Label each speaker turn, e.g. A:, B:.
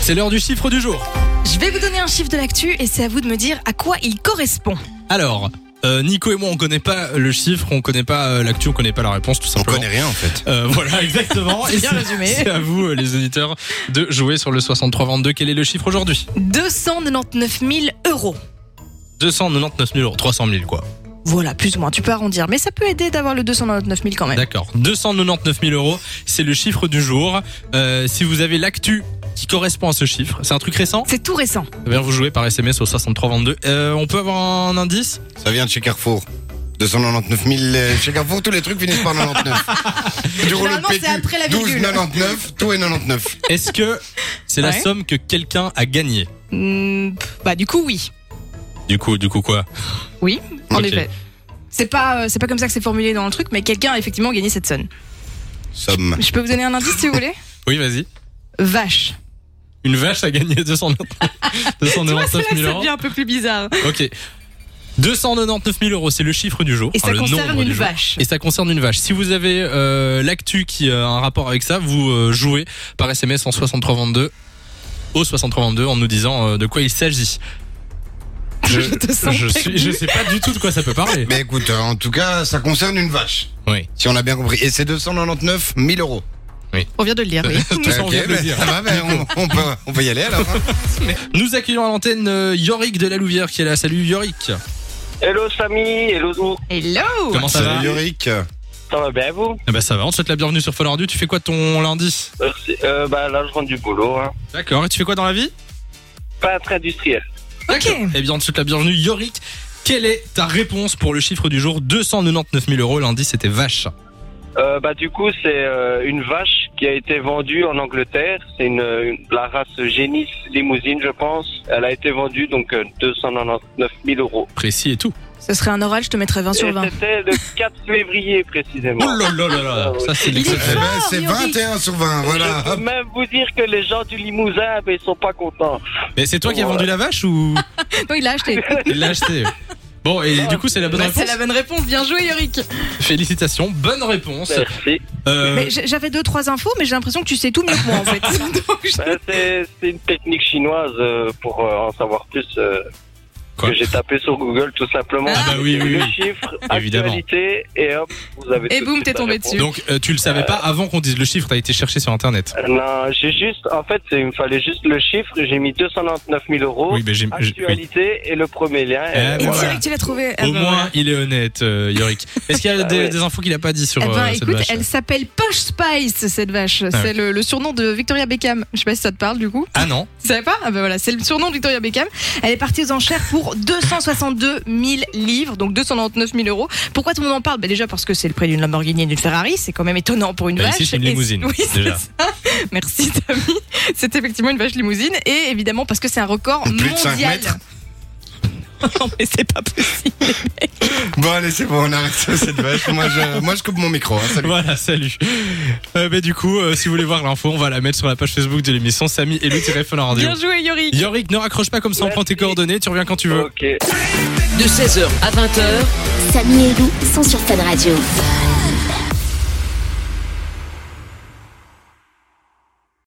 A: C'est l'heure du chiffre du jour.
B: Je vais vous donner un chiffre de l'actu et c'est à vous de me dire à quoi il correspond.
A: Alors, euh, Nico et moi, on connaît pas le chiffre, on connaît pas euh, l'actu, on connaît pas la réponse, tout
C: On
A: simplement.
C: connaît rien en fait.
A: Euh, voilà, exactement.
B: C'est
A: Et
B: bien résumé.
A: C'est à vous, euh, les auditeurs, de jouer sur le 6322. Quel est le chiffre aujourd'hui
B: 299 000 euros.
A: 299 000 euros, 300 000 quoi.
B: Voilà, plus ou moins, tu peux arrondir, mais ça peut aider d'avoir le 299 000 quand même.
A: D'accord. 299 000 euros, c'est le chiffre du jour. Euh, si vous avez l'actu qui correspond à ce chiffre, c'est un truc récent,
B: C'est tout récent.
A: eh bien vous jouez par SMS au 6322. Euh, on peut avoir un indice
C: Ça vient de chez Carrefour. 299 000 euh, chez Carrefour, tous les trucs finissent par 99. Du rouleau de
B: Généralement, c'est
C: PQ,
B: après la
C: 12,
B: virgule.
C: 99, tout est 99.
A: Est-ce que c'est la
B: Ouais.
A: somme que quelqu'un a gagnée
B: Hmm, pff, bah du coup oui.
A: Du coup, du coup quoi
B: Oui, en
A: Ok.
B: effet. C'est pas, euh, c'est pas comme ça que c'est formulé dans le truc, mais quelqu'un a effectivement gagné cette somme.
C: Somme.
B: Je peux vous donner un indice si vous voulez
A: Oui, vas-y.
B: Vache.
A: Une vache a gagné 299 299 000 euros.
B: un peu plus bizarre.
A: Ok. 299 000 euros, c'est le chiffre du jour.
B: Et ça
A: Enfin, Oh, le
B: concerne
A: nombre
B: une
A: du jour.
B: vache.
A: Et ça concerne une vache. Si vous avez euh, l'actu qui euh, a un rapport avec ça, vous euh, jouez par SMS en 6322 au 6322 en nous disant euh, de quoi il s'agit.
B: Je te sens
A: je,
B: perdu.
A: suis, je sais pas du tout de quoi ça peut parler.
C: Mais écoute, euh, en tout cas, ça concerne une vache.
A: Oui.
C: Si on a bien compris. Et c'est 299 000 euros.
B: On vient de le lire, oui.
A: Tout ça, on
C: Ok,
A: vient de le
C: ben,
A: dire.
C: ça va, ben, on, on peut, on peut y aller alors. hein.
A: Nous accueillons à l'antenne euh, Yorick de la Louvière qui est là. Salut Yorick.
D: Hello Samy, hello Zou.
B: Hello
A: Comment ça va
C: Salut Euh, Yorick.
D: ça va bien vous
A: Eh ben, Ça va, on te souhaite la bienvenue sur Fun Radio. Tu fais quoi ton lundi
D: Merci. Euh, bah là je rentre du boulot, hein.
A: D'accord, et tu fais quoi dans la vie
D: peintre industriel.
B: Ok.
A: Eh bien, on te souhaite la bienvenue, Yorick. Quelle est ta réponse pour le chiffre du jour 299 000 euros. Lundi, c'était vache.
D: Euh, bah du coup c'est euh, une vache qui a été vendue en Angleterre, c'est une, une- la race Génis limousine je pense. Elle a été vendue donc euh, 299 000 euros.
A: Précis et tout.
B: Ce serait un oral, je te mettrais 20
D: Et
B: sur 20.
D: C'était le 4 février précisément.
A: Oh là là là là. Ça, c'est de
B: Il est
C: Eh
A: l'exceptionnel.
C: ben,
B: fort,
C: c'est
B: Yorick.
C: 21 sur 20, voilà.
D: Je peux
C: Hop.
D: même vous dire que les gens du Limousin, ben, ils sont pas contents.
A: Mais c'est toi qui as vendu la vache ou
B: Non, il l'a acheté.
A: il l'a acheté Bon, et du coup, c'est la bonne
B: Bah,
A: réponse.
B: c'est la bonne réponse, bien joué Yorick
A: Félicitations, bonne réponse.
D: Merci.
A: Euh,
B: Mais j'ai- J'avais deux, trois infos, mais j'ai l'impression que tu sais tout mieux que moi en fait. Donc, je-
D: Ben, c'est c'est une technique chinoise euh, pour euh, en savoir plus. euh,
A: Quoi
D: que j'ai tapé sur Google tout simplement.
B: Ah
A: bah oui, oui,
D: le
A: oui.
D: chiffre,
A: Évidemment.
D: actualité, et hop, vous avez.
B: Et
D: tout de
B: boum,
D: suite
B: t'es
D: la
B: tombé
D: réponse.
B: dessus.
A: donc, euh, tu le savais pas avant qu'on dise le chiffre, t'as été cherché sur internet.
D: Euh, Non, j'ai juste, en fait, c'est- il me fallait juste le chiffre. J'ai mis 299 000
B: Oh,
D: euros.
A: Oui, mais
B: ah,
A: j'ai. j'ai- oui.
D: Actualité et le premier lien.
A: Eh
D: et
B: Et
A: voilà.
B: direct, tu l'as trouvé. Ah
A: Au
B: bah,
A: moins,
B: voilà.
A: il est honnête, euh, Yorick. Est-ce qu'il y a
D: Ah
A: des,
D: ouais.
A: des infos qu'il a pas dit sur
B: Eh ben,
A: euh, cette
B: écoute,
A: vache
B: elle s'appelle Posh Spice, cette vache.
A: Ah
B: C'est le, le surnom de Victoria Beckham. Je sais pas si ça te parle du coup.
A: Ah non.
B: Tu savais pas Ah ben voilà, c'est le surnom de Victoria Beckham. Elle est partie aux enchères pour 262 000 livres, donc 299 000 euros. Pourquoi tout le monde en parle ben Déjà parce que c'est le prix d'une Lamborghini et d'une Ferrari, c'est quand même étonnant pour une
A: Bah,
B: vache.
A: ici, c'est une
B: Et-
A: limousine,
B: oui, c'est
A: déjà.
B: ça. Merci Tammy. C'est effectivement une vache limousine et évidemment parce que c'est un record
C: Plus de
B: mondial.
C: cinq mètres.
B: non mais c'est pas possible.
C: Bon, allez, c'est bon, on arrête ça, cette vache. Moi, je, moi, je coupe mon micro. hein, salut.
A: Voilà, salut. Euh, bah, du coup, euh, si vous voulez voir l'info, on va la mettre sur la page Facebook de l'émission Samy et le téléphone en radio.
B: Bien joué Yorick.
A: Yorick, ne raccroche pas comme ça, on prend tes
D: Merci.
A: coordonnées, tu reviens quand tu veux.
D: Ok.
E: De 16h à 20h,
F: Samy et Lou sont sur Fan Radio.